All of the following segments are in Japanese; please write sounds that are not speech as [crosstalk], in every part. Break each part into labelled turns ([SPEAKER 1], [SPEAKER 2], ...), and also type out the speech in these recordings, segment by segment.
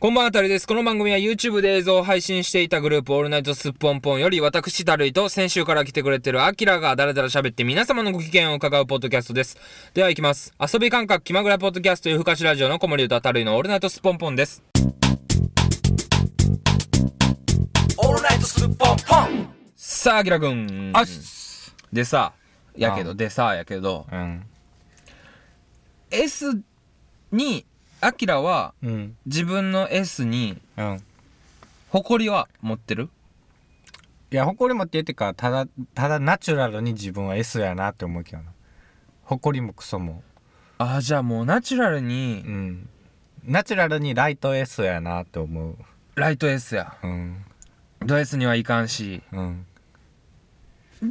[SPEAKER 1] こんばんはたるです。この番組は YouTube で映像を配信していたグループオールナイトスッポンポンより私たるいと先週から来てくれてるアキラがだらだら喋って皆様のご機嫌を伺うポッドキャストです。では行きます。遊び感覚気まぐらポッドキャスト夜ふかしラジオの小森歌たるいのオールナイトスッポンポンです。
[SPEAKER 2] オールナイトスッポンポン
[SPEAKER 1] さあ、アキラくん。
[SPEAKER 2] あっす
[SPEAKER 1] でさ、やけど、でさ、やけど、
[SPEAKER 2] うん。
[SPEAKER 1] S に、アキラは
[SPEAKER 2] うん。
[SPEAKER 1] 自分の S に
[SPEAKER 2] うん。
[SPEAKER 1] 誇りは持ってる
[SPEAKER 2] いや、誇り持ってってか、ただ、ただナチュラルに自分は S やなって思うけどな。誇りもクソも。
[SPEAKER 1] ああ、じゃあもうナチュラルに
[SPEAKER 2] うん。ナチュラルにライト S やなって思う。
[SPEAKER 1] ライト S や。
[SPEAKER 2] うん。
[SPEAKER 1] ド S にはいかんし。
[SPEAKER 2] うん。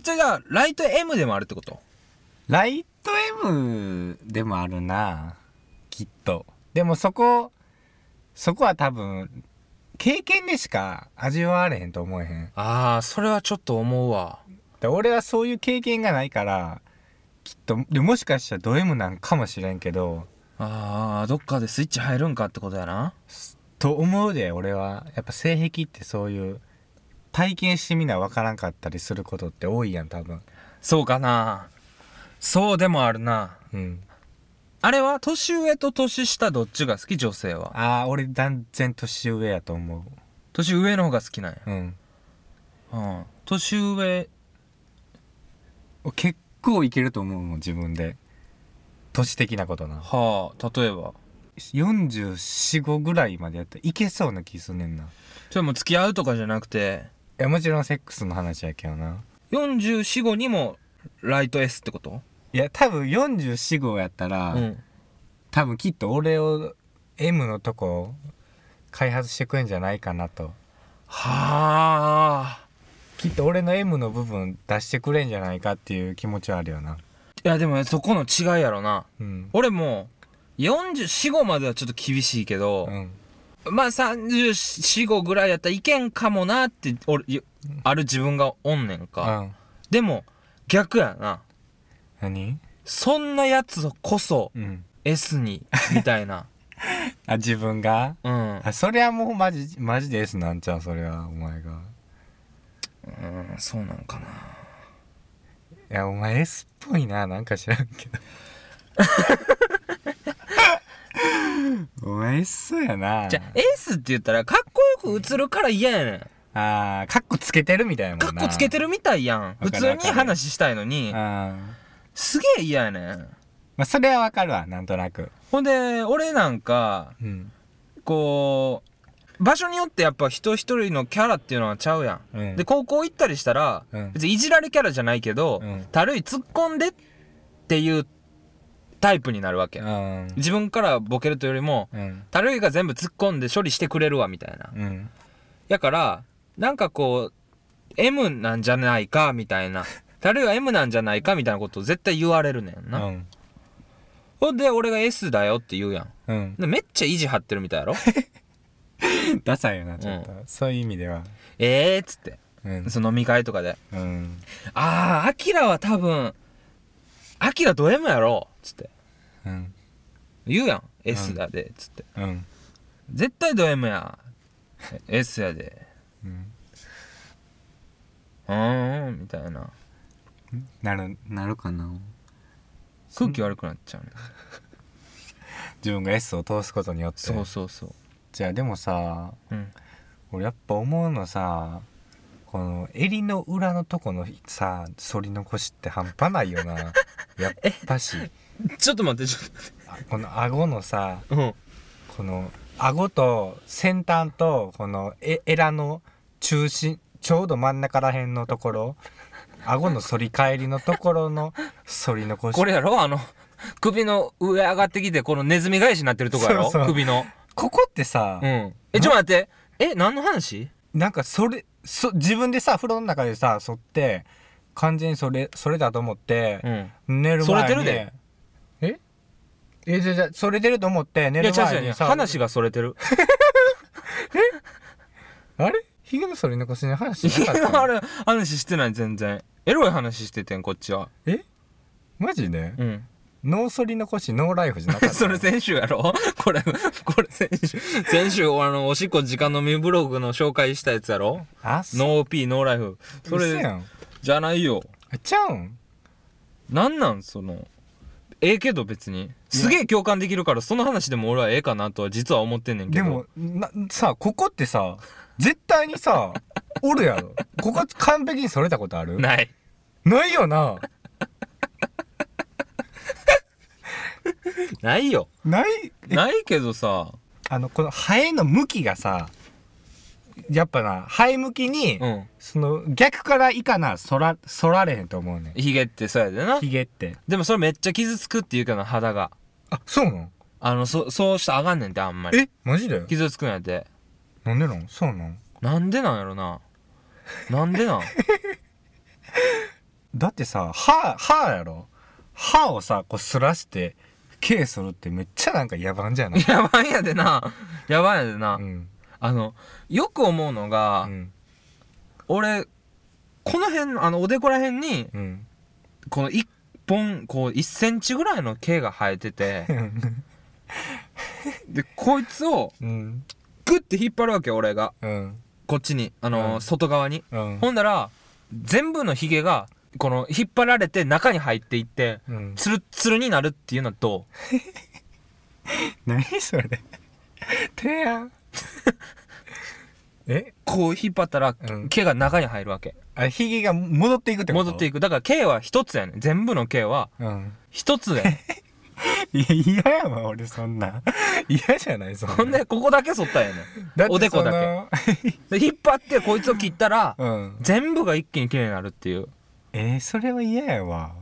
[SPEAKER 1] じゃあ、ライト M でもあるってこと
[SPEAKER 2] ライト M でもあるな。きっと。でもそこ、そこは多分、経験でしか味わわれへんと思えへん。
[SPEAKER 1] ああ、それはちょっと思うわ。
[SPEAKER 2] で俺はそういう経験がないからきっとでもしかしたらド M なんかもしれんけど
[SPEAKER 1] ああ、どっかでスイッチ入るんかってことやな。
[SPEAKER 2] と思うで俺はやっぱ性癖ってそういう体験してみな分からんかったりすることって多いやん多分
[SPEAKER 1] そうかな。そうでもあるな。
[SPEAKER 2] うん
[SPEAKER 1] あれは年上と年下どっちが好き女性は。
[SPEAKER 2] ああ俺断然年上やと思
[SPEAKER 1] 年上の方が好きなんや。
[SPEAKER 2] ううん
[SPEAKER 1] うん。年上、
[SPEAKER 2] 俺結構いけると思うもん自分で年的なことな
[SPEAKER 1] はあ、例えば。
[SPEAKER 2] 445ぐらいまでやったらいけそうな気すんねんない
[SPEAKER 1] それも付き合うとかじゃなくて、
[SPEAKER 2] やもちろんセックスの話やけどな
[SPEAKER 1] 44、5にもライト S ってこと
[SPEAKER 2] いや多分44号やったら、
[SPEAKER 1] うん。
[SPEAKER 2] 多分きっと俺を M のとこ開発してくれんじゃないかなと
[SPEAKER 1] はあ。
[SPEAKER 2] きっと俺の M の部分出してくれんじゃないかっていう気持ちはあるよない
[SPEAKER 1] や、でもそこの違いやろな。
[SPEAKER 2] うん
[SPEAKER 1] 俺も445まではちょっと厳しいけど
[SPEAKER 2] う、ん
[SPEAKER 1] まあ345ぐらいやったらいけんかもなって俺いある自分がおんねん
[SPEAKER 2] う
[SPEAKER 1] か、
[SPEAKER 2] ん
[SPEAKER 1] でも逆やな
[SPEAKER 2] 何
[SPEAKER 1] そんなやつこそ
[SPEAKER 2] うん
[SPEAKER 1] S にみたい
[SPEAKER 2] [laughs]
[SPEAKER 1] な
[SPEAKER 2] あ自分が
[SPEAKER 1] うん、
[SPEAKER 2] あそれはもうマジマジで S なんちゃうそれはお前が
[SPEAKER 1] うん、そうなんかない
[SPEAKER 2] やお前 S っぽいななんか知らんけ
[SPEAKER 1] [laughs]
[SPEAKER 2] どお前 S そうやな
[SPEAKER 1] じゃあ S って言ったらかっこよく映るから嫌やねん
[SPEAKER 2] あーカッコつけてるみたいな
[SPEAKER 1] か
[SPEAKER 2] も
[SPEAKER 1] っ
[SPEAKER 2] んな
[SPEAKER 1] こつけて
[SPEAKER 2] る
[SPEAKER 1] るみたいやん普
[SPEAKER 2] わかる
[SPEAKER 1] 通
[SPEAKER 2] わかる
[SPEAKER 1] に話したいのに
[SPEAKER 2] うん
[SPEAKER 1] すげえ嫌やねん
[SPEAKER 2] まあ、それはわかるわなんとなく
[SPEAKER 1] ほんで俺なんか
[SPEAKER 2] うん
[SPEAKER 1] こう場所によってやっぱ人一人のキャラっていうのはちゃうやん、
[SPEAKER 2] うん
[SPEAKER 1] で高校行ったりしたら、
[SPEAKER 2] うん
[SPEAKER 1] 別にいじられキャラじゃないけど、
[SPEAKER 2] うん
[SPEAKER 1] たるい突っ込んでっていうタイプになるわけ、
[SPEAKER 2] うん
[SPEAKER 1] 自分からボケるというよりも
[SPEAKER 2] うん
[SPEAKER 1] たるいが全部突っ込んで処理してくれるわみたいな
[SPEAKER 2] うん
[SPEAKER 1] やからなんかこう M なんじゃないかみたい
[SPEAKER 2] [laughs]
[SPEAKER 1] なたるいは M なんじゃないかみたいなことを絶対言われるねんな、
[SPEAKER 2] うん
[SPEAKER 1] ほんで俺が S だよって言うやん
[SPEAKER 2] うん
[SPEAKER 1] でめっちゃ意地張ってるみたいや
[SPEAKER 2] [laughs]
[SPEAKER 1] ろ
[SPEAKER 2] ダサいよなちょっと、そういう意味では
[SPEAKER 1] ええっつって
[SPEAKER 2] うん
[SPEAKER 1] その飲み会とかで
[SPEAKER 2] うん
[SPEAKER 1] ああ、アキラは多分、アキラド M やろつって。
[SPEAKER 2] うん
[SPEAKER 1] 言うやん。S だで。つって。
[SPEAKER 2] うん
[SPEAKER 1] 絶対ド M や。え S やで。
[SPEAKER 2] うん
[SPEAKER 1] うーん、みたいな。
[SPEAKER 2] なるなるかな
[SPEAKER 1] 空気悪くなっちゃうね。
[SPEAKER 2] 自分が S を通すことによって
[SPEAKER 1] そうそうそう。
[SPEAKER 2] じゃあでもさ
[SPEAKER 1] うん。
[SPEAKER 2] 俺やっぱ思うのさこの襟の裏のとこのさ反り残しって半端な
[SPEAKER 1] [laughs]
[SPEAKER 2] いよなやっぱし
[SPEAKER 1] ちょっと待って、ちょっと待って
[SPEAKER 2] あこの顎のさ。
[SPEAKER 1] うん。
[SPEAKER 2] この顎と先端とこのえエラの中心ちょうど真ん中らへんのと
[SPEAKER 1] [laughs]
[SPEAKER 2] ころ顎の反り返りのところの反り残し
[SPEAKER 1] これやろあの、首の上上がってきて、このネズミ返しになってるとこやろ
[SPEAKER 2] そうそう
[SPEAKER 1] 首の。
[SPEAKER 2] ここってさ、
[SPEAKER 1] うん。え、ちょっと待って。え、何の話
[SPEAKER 2] なんかそれそ自分でさ風呂の中でさ反って完全にそれそれだと思って
[SPEAKER 1] う、ん。
[SPEAKER 2] 寝る前
[SPEAKER 1] 反
[SPEAKER 2] に
[SPEAKER 1] れてるで
[SPEAKER 2] ええじゃあじゃあそれてると思って寝
[SPEAKER 1] いや、
[SPEAKER 2] る
[SPEAKER 1] 違う
[SPEAKER 2] 前
[SPEAKER 1] 違う違う。
[SPEAKER 2] にさ
[SPEAKER 1] 話がそれてる。
[SPEAKER 2] あれひげの反り残しの話
[SPEAKER 1] い
[SPEAKER 2] なかった
[SPEAKER 1] や、あれ、話してない、全然。エロい話しててん、こっちは。
[SPEAKER 2] えマジで、
[SPEAKER 1] うん。
[SPEAKER 2] 脳反り残しノーライフじゃなかった
[SPEAKER 1] [laughs] それ先週やろ [laughs] これ、これ先週。先週、あの、おしっこ時間のみブログの紹介したやつやろ
[SPEAKER 2] あそ
[SPEAKER 1] ノーピー、ノーライフ。そ
[SPEAKER 2] 嘘や
[SPEAKER 1] れ、
[SPEAKER 2] ん
[SPEAKER 1] じゃないよ。
[SPEAKER 2] あちゃうん
[SPEAKER 1] なんなんその、ええけど別に。すげえ共感できるから、その話でも俺はええかなとは実は思ってんねんけ
[SPEAKER 2] で
[SPEAKER 1] ど。
[SPEAKER 2] もなさここってさ絶対
[SPEAKER 1] [laughs]
[SPEAKER 2] にさおるやろここ完璧にそれたことある
[SPEAKER 1] ない。
[SPEAKER 2] ないよな
[SPEAKER 1] ないよ。
[SPEAKER 2] ないえ
[SPEAKER 1] ないけどさ、
[SPEAKER 2] あのこのハエの向きがさやっぱなハエ向きに、
[SPEAKER 1] うん。
[SPEAKER 2] その逆からいかなそらそられへんと思うねん
[SPEAKER 1] ヒゲってそうやでな。
[SPEAKER 2] ヒゲって
[SPEAKER 1] でもそれめっちゃ傷つくっていうかな、肌が。
[SPEAKER 2] あそうなん
[SPEAKER 1] あの、そ、そうしたらあかんねんって、あんまり。
[SPEAKER 2] えマジで
[SPEAKER 1] 傷つくんやって。
[SPEAKER 2] なんでなんそうなん
[SPEAKER 1] なんでなんやろな。なんでなん
[SPEAKER 2] だってさ歯歯やろ歯をさこうすらして毛するってめっちゃなんか野蛮じゃない
[SPEAKER 1] [laughs] やばいんやでな。やばいんやでな。
[SPEAKER 2] うん
[SPEAKER 1] あの、よく思うのが、
[SPEAKER 2] うん
[SPEAKER 1] 俺、この辺、あの、おでこら辺に、
[SPEAKER 2] うん
[SPEAKER 1] この一本、こう、1センチぐらいの毛が生えてて、 [laughs] で、こいつを、
[SPEAKER 2] うん
[SPEAKER 1] グッて引っ張るわけよ、俺が。
[SPEAKER 2] うん
[SPEAKER 1] こっちに、あのー
[SPEAKER 2] うん
[SPEAKER 1] 外側に。
[SPEAKER 2] うん
[SPEAKER 1] ほんだら、全部のヒゲが、この、引っ張られて中に入っていって、
[SPEAKER 2] うん
[SPEAKER 1] ツルッツルになるっていうのはどう
[SPEAKER 2] 何それ提案え
[SPEAKER 1] こう引っ張ったら、
[SPEAKER 2] うん
[SPEAKER 1] 毛が中に入るわけ。
[SPEAKER 2] あヒゲが戻っていくってこと
[SPEAKER 1] 戻ってい
[SPEAKER 2] く
[SPEAKER 1] く。だから、毛は一つやねん。全部の毛は、
[SPEAKER 2] うん
[SPEAKER 1] 一つや [laughs] ねん。
[SPEAKER 2] いや嫌やわ俺そんな嫌じゃないそんな
[SPEAKER 1] ほんで、ここだけ剃ったんやね
[SPEAKER 2] だって
[SPEAKER 1] おでこだけ
[SPEAKER 2] そ
[SPEAKER 1] ん。で、引っ張って、こいつを切ったら、
[SPEAKER 2] のうん
[SPEAKER 1] 全部が一気に綺麗になるっていう。
[SPEAKER 2] えー、それは嫌やわ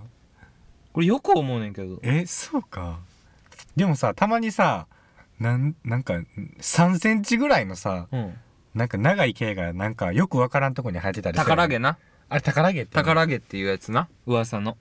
[SPEAKER 1] これよく思うねんけど。
[SPEAKER 2] えそうかでもさたまにさなんなんか3センチぐらいのさ
[SPEAKER 1] うん。
[SPEAKER 2] なんか長い毛がなんかよくわからんとこに生えてたりする
[SPEAKER 1] 宝毛な。
[SPEAKER 2] あれ宝毛って
[SPEAKER 1] 宝毛っていうやつな。噂の。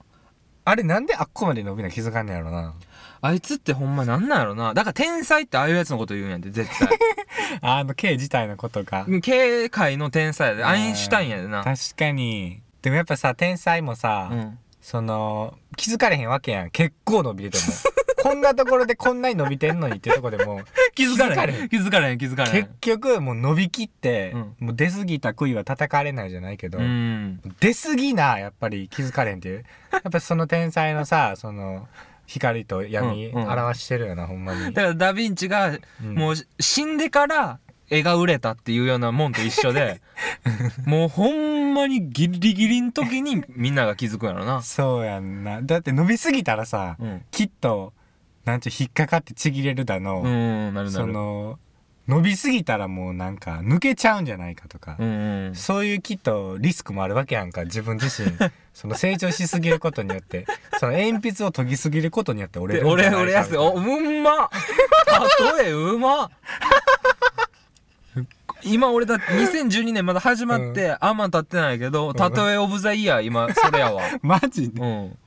[SPEAKER 2] あれなんであっこまで伸びな気づかんねやろな
[SPEAKER 1] あいつってほんまなんなんやろな。だから天才ってああいうやつのこと言うんやで、絶対。
[SPEAKER 2] [laughs] あの毛自体のことが
[SPEAKER 1] うん経界の天才やで。アインシュタインやでな。
[SPEAKER 2] 確かにでもやっぱさ天才もさ、
[SPEAKER 1] うん。
[SPEAKER 2] その気づかれへんわけやん結構伸び
[SPEAKER 1] [laughs]
[SPEAKER 2] ててもこんなところでこんなに伸びてんのにっていうところでもう
[SPEAKER 1] 気づかれ
[SPEAKER 2] 気づかれ
[SPEAKER 1] へん。気づかれへん、気づかれへ
[SPEAKER 2] 結
[SPEAKER 1] ん。
[SPEAKER 2] 局もう伸びきって、
[SPEAKER 1] うん
[SPEAKER 2] もう出過ぎた杭は叩かれないじゃないけど、
[SPEAKER 1] うん。
[SPEAKER 2] 出過ぎなやっぱり気づかれんっていうやっぱその天才のさその光と闇
[SPEAKER 1] うんうん
[SPEAKER 2] 表してるよな、ほんまに
[SPEAKER 1] だからダヴィンチが、
[SPEAKER 2] うん
[SPEAKER 1] もう死んでから絵が売れたっていうようなもんと一緒
[SPEAKER 2] [laughs]
[SPEAKER 1] でもうほんまにギリギリの時にみんなが気づくんやろな、
[SPEAKER 2] [laughs] そうやんなだって伸びすぎたらさ、
[SPEAKER 1] うん、
[SPEAKER 2] きっとなんていう引っかかってちぎれるだの、
[SPEAKER 1] うんなるな
[SPEAKER 2] そ
[SPEAKER 1] る
[SPEAKER 2] の伸びすぎたらもうなんか抜けちゃうんじゃないかとか、
[SPEAKER 1] うんうん
[SPEAKER 2] そういうきっとリスクもあるわけやんか自分自
[SPEAKER 1] [laughs]
[SPEAKER 2] 身その成長しすぎることによってその鉛筆を研ぎすぎることによって折れ
[SPEAKER 1] で
[SPEAKER 2] るんじ
[SPEAKER 1] 俺
[SPEAKER 2] ゃないか
[SPEAKER 1] 俺やすおうんま例えうま今俺だって2012年まだ始まって、あんま経ってないけど「例えオブザイヤー」今それや
[SPEAKER 2] [laughs]
[SPEAKER 1] わ
[SPEAKER 2] マジで
[SPEAKER 1] うん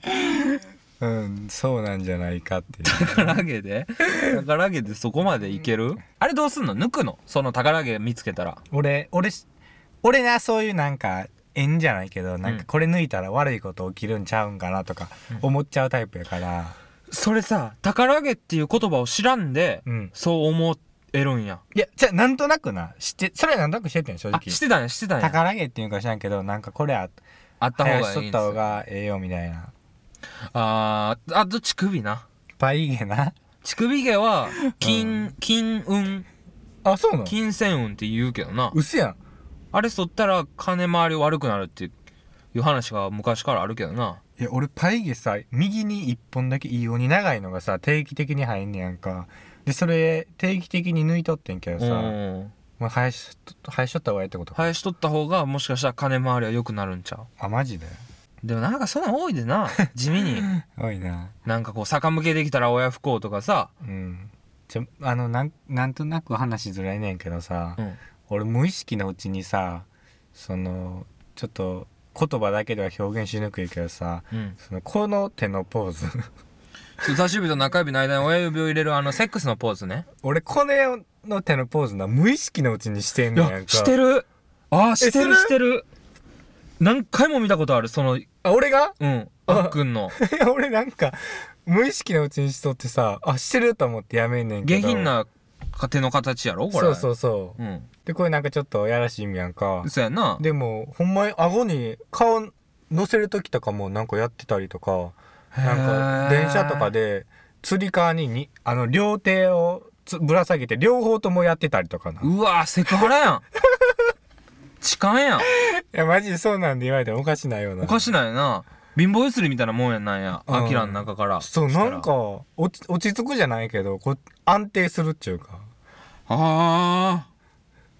[SPEAKER 2] うんそうなんじゃないかっていう
[SPEAKER 1] 宝毛 [laughs] で宝毛でそこまでいけるあれどうすんの抜くのその宝毛見つけたら
[SPEAKER 2] 俺俺し俺なそういうなんか縁じゃないけどなん
[SPEAKER 1] う
[SPEAKER 2] か
[SPEAKER 1] ん
[SPEAKER 2] これ抜いたら悪いこと起きるんちゃうんかなとか思っちゃうタイプやから
[SPEAKER 1] それさ宝毛っていう言葉を知らんで、
[SPEAKER 2] うん
[SPEAKER 1] そう思えるんや
[SPEAKER 2] いやじゃあなんとなくな知ってそれはなんとなく知ってん正
[SPEAKER 1] あ
[SPEAKER 2] 直
[SPEAKER 1] してたねしてたね
[SPEAKER 2] 宝毛っていうか知らんけどなんかこれあ
[SPEAKER 1] あった方がいいん
[SPEAKER 2] 早
[SPEAKER 1] で
[SPEAKER 2] し
[SPEAKER 1] す
[SPEAKER 2] と
[SPEAKER 1] よ
[SPEAKER 2] った方がええよみたいな
[SPEAKER 1] あーあと乳首な
[SPEAKER 2] パイ毛な
[SPEAKER 1] 乳首毛は金金運
[SPEAKER 2] あそうなの
[SPEAKER 1] 金銭運って言うけどな
[SPEAKER 2] うせやん
[SPEAKER 1] あれ剃ったら金回り悪くなるっていう話が昔からあるけどない
[SPEAKER 2] や俺パイ毛さ右に1本だけ異様に長いのがさ定期的に入んねやんかでそれ定期的に抜いとってんけど
[SPEAKER 1] う
[SPEAKER 2] さ、
[SPEAKER 1] ん
[SPEAKER 2] まあ、生やしと生やしとった方がええってことか、
[SPEAKER 1] 生やしとった方がもしかしたら金回りは良くなるんちゃう
[SPEAKER 2] あマジで
[SPEAKER 1] でもなんかそんなん多いで
[SPEAKER 2] [laughs]
[SPEAKER 1] な地味に
[SPEAKER 2] 多いな
[SPEAKER 1] なんかこう逆向けできたら親不幸とかさ、
[SPEAKER 2] うんちょあのなんなんとなく話ずらいねんけどさ、
[SPEAKER 1] うん、
[SPEAKER 2] 俺無意識のうちにさそのちょっと言葉だけでは表現しにくいけどさ
[SPEAKER 1] うん。
[SPEAKER 2] そのこの手のポーズ [laughs]
[SPEAKER 1] 人差し指と中指の間に親指を入れるあのセックスのポーズね。
[SPEAKER 2] 俺これの手のポーズな無意識のうちにしてんねんやんか
[SPEAKER 1] る。ああ、して
[SPEAKER 2] す
[SPEAKER 1] る
[SPEAKER 2] る
[SPEAKER 1] してる。何回も見たことある、その、
[SPEAKER 2] あ俺が [laughs]
[SPEAKER 1] うん、
[SPEAKER 2] あ
[SPEAKER 1] あっくんの。
[SPEAKER 2] いや俺なんか無意識のうちにしとってさあしてると思ってやめんねんけ
[SPEAKER 1] 下
[SPEAKER 2] ど
[SPEAKER 1] 品な家庭の形やろこれ
[SPEAKER 2] そうそうそう
[SPEAKER 1] ううん
[SPEAKER 2] でこれなんかちょっとやらしい意味やんか
[SPEAKER 1] そうやな
[SPEAKER 2] でもほんまに顎に顔乗せる時とかもなんかやってたりとかなんか電車とかでつり革ににあの両手をつぶら下げて両方ともやってたりとかないう
[SPEAKER 1] わセクハラやん痴漢やん
[SPEAKER 2] やマジでそうなんで言われてもおかしないような
[SPEAKER 1] おかしないな貧乏ゆすりみたいなもんやなんや
[SPEAKER 2] うん
[SPEAKER 1] アキラの中から
[SPEAKER 2] そう
[SPEAKER 1] した
[SPEAKER 2] な
[SPEAKER 1] ら
[SPEAKER 2] んか落ち落ち着くじゃないけどこう安定するっちゅうか
[SPEAKER 1] ああ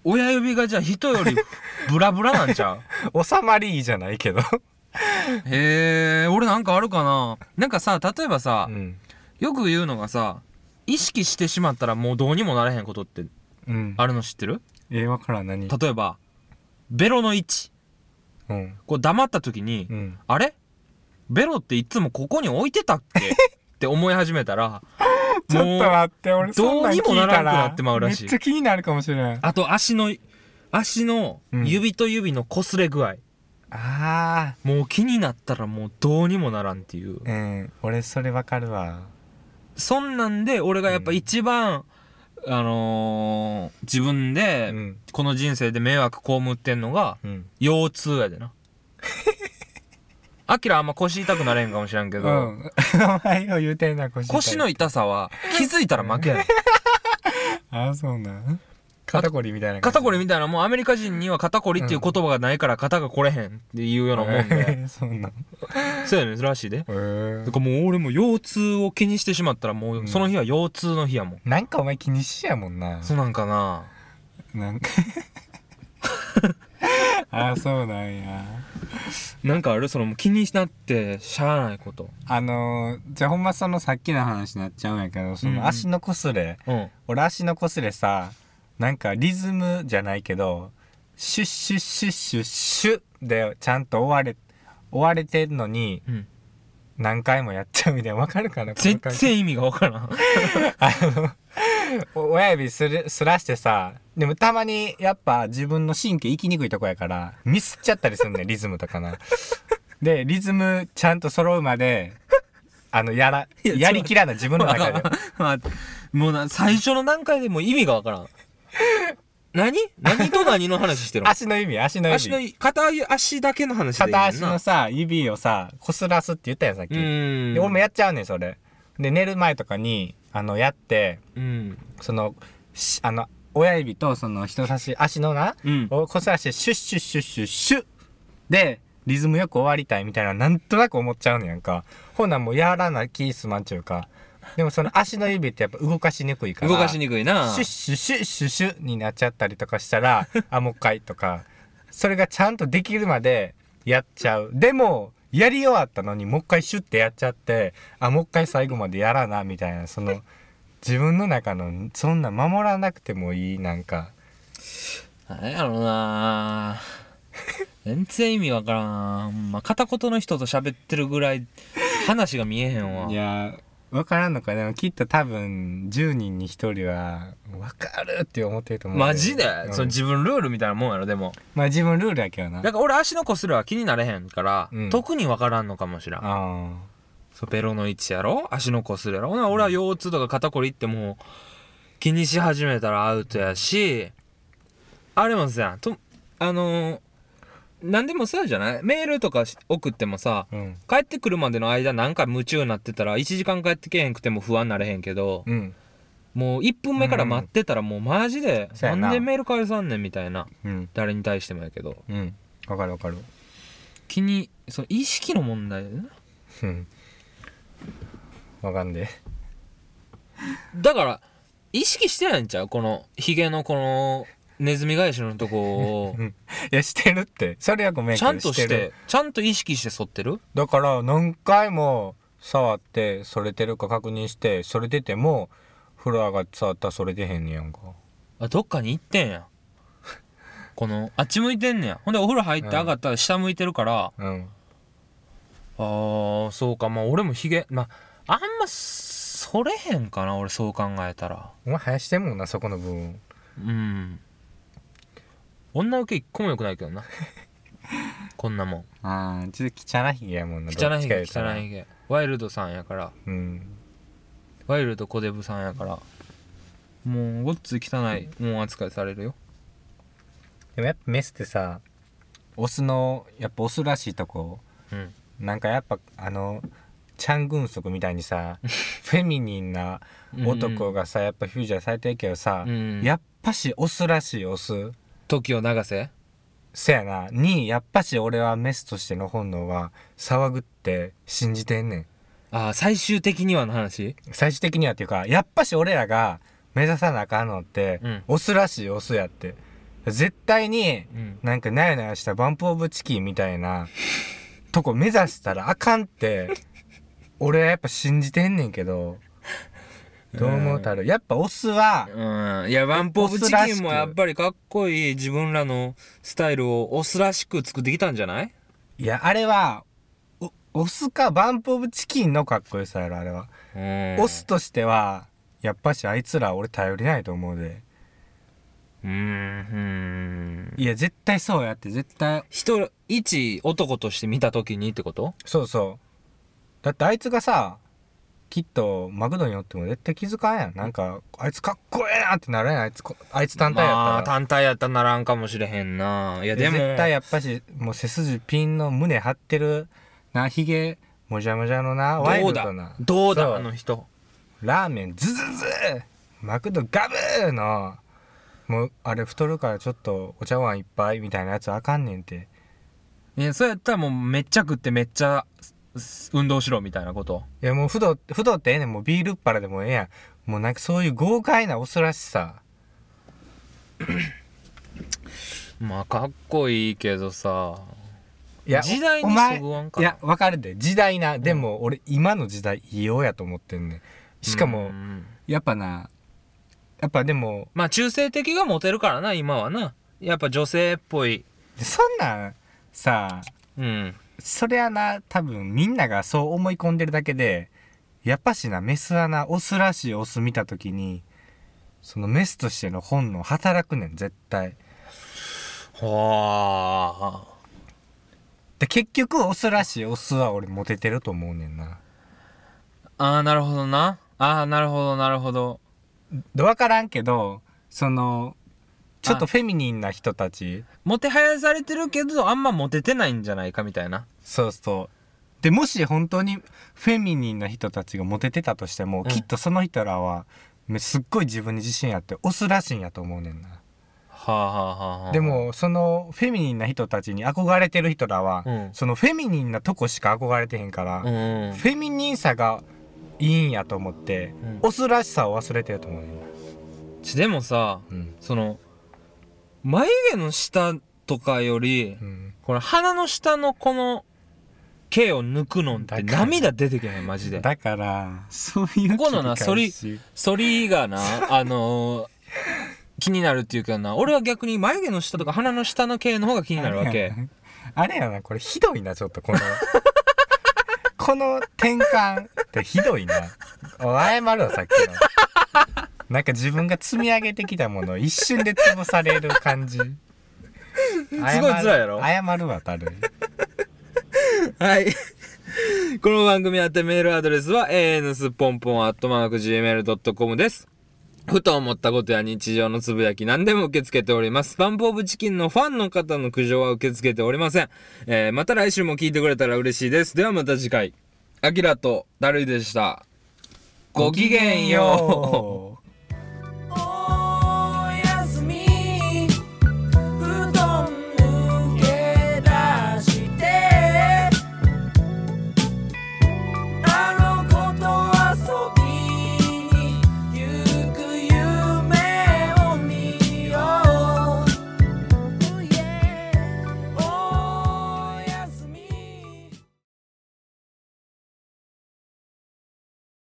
[SPEAKER 1] 親指がじゃあ人
[SPEAKER 2] [laughs]
[SPEAKER 1] よりブラブラなんちゃう
[SPEAKER 2] 収まりいいじゃないけど
[SPEAKER 1] へえ俺なんかあるかななんかさ例えばさ、
[SPEAKER 2] うん
[SPEAKER 1] よく言うのがさ意識してしまったらもうどうにもなれへんことって
[SPEAKER 2] うん
[SPEAKER 1] あるの知ってる
[SPEAKER 2] えわからん何
[SPEAKER 1] 例えばベロの位置
[SPEAKER 2] うん
[SPEAKER 1] こう黙った時に、
[SPEAKER 2] うん
[SPEAKER 1] あれベロっていつもここに置いてたっ
[SPEAKER 2] [laughs]
[SPEAKER 1] けって思い始めたら
[SPEAKER 2] ちょっと待って俺そんなん聞い
[SPEAKER 1] どうにもなら
[SPEAKER 2] たら
[SPEAKER 1] なくなってまうらしい
[SPEAKER 2] めっちゃ気になるかもしれんあ
[SPEAKER 1] あと足の足の
[SPEAKER 2] うん
[SPEAKER 1] 指と指の擦れ具合、
[SPEAKER 2] あ
[SPEAKER 1] もう気になったらもうどうにもならんっていう
[SPEAKER 2] うん俺それわかるわ
[SPEAKER 1] そんなんで俺がやっぱ一番、あのー自分
[SPEAKER 2] う
[SPEAKER 1] で
[SPEAKER 2] ん
[SPEAKER 1] この人生で迷惑被ってんのが
[SPEAKER 2] うん
[SPEAKER 1] 腰痛やで [laughs] なアキラあんま腰痛くなれんかもしらんけ
[SPEAKER 2] う
[SPEAKER 1] ど、
[SPEAKER 2] んお前を言うてんな腰痛い
[SPEAKER 1] 腰の痛さは気づいたら負 [laughs] けやねん
[SPEAKER 2] ああそうなん肩こりみたいな
[SPEAKER 1] 肩こり
[SPEAKER 2] み
[SPEAKER 1] みたいなもうアメリカ人には肩こりっていう言葉がないから肩がこれへんっていうようなもんで
[SPEAKER 2] [laughs] そうなんへ
[SPEAKER 1] そうやねんらしいで
[SPEAKER 2] え
[SPEAKER 1] だからもう俺も腰痛を気にしてしまったらも
[SPEAKER 2] う
[SPEAKER 1] うんその日は腰痛の日やもん、
[SPEAKER 2] なんかお前気にしやもんな
[SPEAKER 1] そうなんかな
[SPEAKER 2] なんかああそうなんや
[SPEAKER 1] なんかあるそのもう気になってしゃあないこと
[SPEAKER 2] あのー、じゃあほんまそのさっきの話になっちゃうんやけどそ
[SPEAKER 1] うんうん
[SPEAKER 2] の足のこすれ、
[SPEAKER 1] うん
[SPEAKER 2] 俺足のこすれさなんかリズムじゃないけどシュッシュッシュッシュッシュッでちゃんと追われ追われてんのに
[SPEAKER 1] うん
[SPEAKER 2] 何回もやっちゃうみたいなわかるかなこの
[SPEAKER 1] 全
[SPEAKER 2] 感じ
[SPEAKER 1] 然意味がわからん
[SPEAKER 2] お親指するすらしてさでもたまにやっぱ自分の神経行きにくいとこやからミスっちゃったりす
[SPEAKER 1] [laughs]
[SPEAKER 2] んねんリズムとかなでリズムちゃんと揃うまであのやら
[SPEAKER 1] いや
[SPEAKER 2] やりきらない自分の中
[SPEAKER 1] [laughs]
[SPEAKER 2] で
[SPEAKER 1] まあもうな最初の段階でもう意味がわからん [laughs] 何何と何の話してるの
[SPEAKER 2] 足の指足の指
[SPEAKER 1] 足の片足だけの話でいいねん
[SPEAKER 2] 片
[SPEAKER 1] な
[SPEAKER 2] 足のさ指をさこすらすって言ったやんさっき、
[SPEAKER 1] うーん
[SPEAKER 2] で俺もやっちゃうねんそれで寝る前とかにあのやって
[SPEAKER 1] うん
[SPEAKER 2] そのしあの親指とその人差し足のな
[SPEAKER 1] うん
[SPEAKER 2] をこすらしてシュッシュッシュッシュッシュッでリズムよく終わりたいみたいななんとなく思っちゃうのやんかほんなんもうやらなきすまんちゅうかでもその足の指ってやっぱ動かしにくいから
[SPEAKER 1] 動かしにくいな
[SPEAKER 2] シュッシュッシュッシュッシュッになっちゃったりとかしたら [laughs] あもう一回とかそれがちゃんとできるまでやっちゃうでもやり終わったのにもう一回シュッてやっちゃってあもう一回最後までやらなみたいなその自分の中のそんな守らなくてもいいなんか
[SPEAKER 1] なんやろうな全然意味わからんなほんま片言の人と喋ってるぐらい話が見えへんわ
[SPEAKER 2] いや分からんのかでもきっと多分10人に1人は分かるって思ってると思う
[SPEAKER 1] マジで、
[SPEAKER 2] うん
[SPEAKER 1] その自分ルールみたいなもんやろでも
[SPEAKER 2] まあ自分ルールやけどな
[SPEAKER 1] だから俺足のこすれは気になれへんから、
[SPEAKER 2] うん
[SPEAKER 1] 特にわからんのかもしらん
[SPEAKER 2] あ
[SPEAKER 1] そうベロの位置やろ足のこすれやろほな俺は腰痛とか肩こりってもう気にし始めたらアウトやしあれもさとあのー、何でもそうじゃないメールとかし送ってもさ、
[SPEAKER 2] あうん
[SPEAKER 1] 帰ってくるまでの間何回夢中になってたら1時間帰ってけへんくても不安になれへんけど
[SPEAKER 2] うん
[SPEAKER 1] もう1分目から待ってたらもうマジで
[SPEAKER 2] そうやな
[SPEAKER 1] 何でメール返さんねんみたいな
[SPEAKER 2] うん
[SPEAKER 1] 誰に対してもやけど
[SPEAKER 2] うん分かる分かる
[SPEAKER 1] 気にその意識の問題だよな
[SPEAKER 2] うん分かんで
[SPEAKER 1] だから意識してないんちゃうこのヒゲのこのネズミ返しのとこを
[SPEAKER 2] うんいやしてるってそれはごめんけ
[SPEAKER 1] ち
[SPEAKER 2] ど
[SPEAKER 1] ゃんとして
[SPEAKER 2] る
[SPEAKER 1] ちゃんと意識して剃ってる
[SPEAKER 2] だから何回も触ってそれてるか確認してそれててもフロアが触ったらそれてへんねやんか
[SPEAKER 1] あどっかに行ってんやこのあっち向いてんねやほんでお風呂入って上がったら下向いてるから、
[SPEAKER 2] うん
[SPEAKER 1] ああそうかまあ俺もひげまああんまそれへんかな俺そう考えたら
[SPEAKER 2] お前生やしてんもんなそこの部分
[SPEAKER 1] うん女受け一個も良くないけ
[SPEAKER 2] [laughs]
[SPEAKER 1] どなこんなもん
[SPEAKER 2] ああちょっと汚いひげやもん
[SPEAKER 1] 汚
[SPEAKER 2] な
[SPEAKER 1] いひげ
[SPEAKER 2] どっちか言うた
[SPEAKER 1] 汚
[SPEAKER 2] ら
[SPEAKER 1] いひげワイルドさんやから
[SPEAKER 2] うん
[SPEAKER 1] ワイルドコデブさんやからもうごっつ汚いもん扱いされるよ
[SPEAKER 2] でもやっぱメスってさオスのやっぱオスらしいとこ
[SPEAKER 1] うん
[SPEAKER 2] なんかやっぱあのチャン・グンソクみたいに [laughs] さフェミニンな男がさやっぱフューチャーされてるけどさ、
[SPEAKER 1] うん
[SPEAKER 2] やっぱしオスらしいオス
[SPEAKER 1] 時を流せ
[SPEAKER 2] せやなにやっぱし俺はメスとしての本能は騒ぐって信じてんねん
[SPEAKER 1] ああ最終的にはの話
[SPEAKER 2] 最終的にはっていうかやっぱし俺らが目指さなあかんのって、
[SPEAKER 1] うん
[SPEAKER 2] オスらしいオスやって絶対に
[SPEAKER 1] うん
[SPEAKER 2] なんかなやなやしたバンプ・オブ・チキンみたいなとこ目指したらあかんって俺はやっぱ信じてんねんけどどう思うたるやっぱオスは
[SPEAKER 1] うんいやワンポーブチキンもやっぱりかっこいい自分らのスタイルをオスらしく作ってきたんじゃない
[SPEAKER 2] いやあれはおオスかバンプ・オブ・チキンのかっこよさやろあれは、
[SPEAKER 1] うん
[SPEAKER 2] オスとしてはやっぱしあいつら俺頼りないと思うで
[SPEAKER 1] うんうん
[SPEAKER 2] いや絶対そうやって絶対
[SPEAKER 1] 人一男として見た時にってこと
[SPEAKER 2] そうそうだってあいつがさきっとマクドに寄っても絶対気づかんやんなんかあいつかっこええなってなるやんあいつこあいつ単体やったら、
[SPEAKER 1] まあ単体やったらならんかもしれへんないやでも
[SPEAKER 2] 絶対やっぱしもう背筋ピンの胸張ってるなひげもじゃもじゃのなワイ
[SPEAKER 1] どう
[SPEAKER 2] ル
[SPEAKER 1] だ
[SPEAKER 2] ドな
[SPEAKER 1] どう
[SPEAKER 2] そ
[SPEAKER 1] だあの人
[SPEAKER 2] ラーメンズズズマクドガブーのもうあれ太るからちょっとお茶碗いっぱいみたいなやつあかんねんて
[SPEAKER 1] いやそうやったらもうめっちゃ食ってめっちゃす運動しろみたいなこと
[SPEAKER 2] いやもう不動不動ってええねんもうビールっ腹でもええやんもうなんかそういう豪快な恐ろしさ
[SPEAKER 1] まあかっこいいけどさ
[SPEAKER 2] いや
[SPEAKER 1] 時代
[SPEAKER 2] お
[SPEAKER 1] にそ
[SPEAKER 2] 前
[SPEAKER 1] ぐわんか
[SPEAKER 2] い
[SPEAKER 1] な
[SPEAKER 2] やわかるで時代なでも俺今の時代異様やと思ってんねんしかも
[SPEAKER 1] うん
[SPEAKER 2] やっぱなやっぱでも
[SPEAKER 1] まあ中性的がモテるからな今はなやっぱ女性っぽい
[SPEAKER 2] そんなんさ
[SPEAKER 1] うん
[SPEAKER 2] それはな多分みんながそう思い込んでるだけでやっぱしなメスはなオスらしいオス見た時にそのメスとしての本能働くねん絶対
[SPEAKER 1] はあ
[SPEAKER 2] で結局オスらしいオスは俺モテてると思うねんな
[SPEAKER 1] ああなるほどなああなるほどなるほど
[SPEAKER 2] で分からんけどそのちょっとフェミニンな人たち
[SPEAKER 1] モテはやされてるけどあんまモテてないんじゃないかみたいな
[SPEAKER 2] そうそうでもし本当にフェミニンな人たちがモテてたとしても、
[SPEAKER 1] うん
[SPEAKER 2] きっとその人らはめすっごい自分に自信あってオスらしいんやと思うねんな
[SPEAKER 1] はあはあはあはあ
[SPEAKER 2] でもそのフェミニンな人たちに憧れてる人らは、
[SPEAKER 1] うん
[SPEAKER 2] そのフェミニンなとこしか憧れてへんか
[SPEAKER 1] う
[SPEAKER 2] ら、
[SPEAKER 1] んうん
[SPEAKER 2] フェミニンさがいいんやと思って、
[SPEAKER 1] うん
[SPEAKER 2] オスらしさを忘れてると思うねんな、
[SPEAKER 1] ちでもさ
[SPEAKER 2] うん
[SPEAKER 1] その眉毛の下とかより、
[SPEAKER 2] うん
[SPEAKER 1] この鼻の下のこの毛を抜くのっ
[SPEAKER 2] だ
[SPEAKER 1] て
[SPEAKER 2] から
[SPEAKER 1] 涙出てけへんマジで
[SPEAKER 2] だからそういう
[SPEAKER 1] ここのな
[SPEAKER 2] 切り返し
[SPEAKER 1] それが [laughs] なあのー気になるっていうかな俺は逆に眉毛の下とか鼻の下の毛の方が気になるわけ
[SPEAKER 2] [laughs] あれやなこれひどいなちょっ
[SPEAKER 1] [laughs]
[SPEAKER 2] とこのこの転換ってひどいなお謝るわさっきのなんか自分が積み上げてきたものを一瞬で潰される感じすごい
[SPEAKER 1] い辛いやろ
[SPEAKER 2] 謝るわたる
[SPEAKER 1] はい。 [laughs] この番組宛てメールアドレスは an すっぽんぽん gmail.com です。ふと思ったことや日常のつぶやき何でも受け付けております。バンプオブチキンのファンの方の苦情は受け付けておりません。えー、また来週も聞いてくれたら嬉しいです。ではまた次回。アキラとダルイでした。ごきげんよう。
[SPEAKER 2] う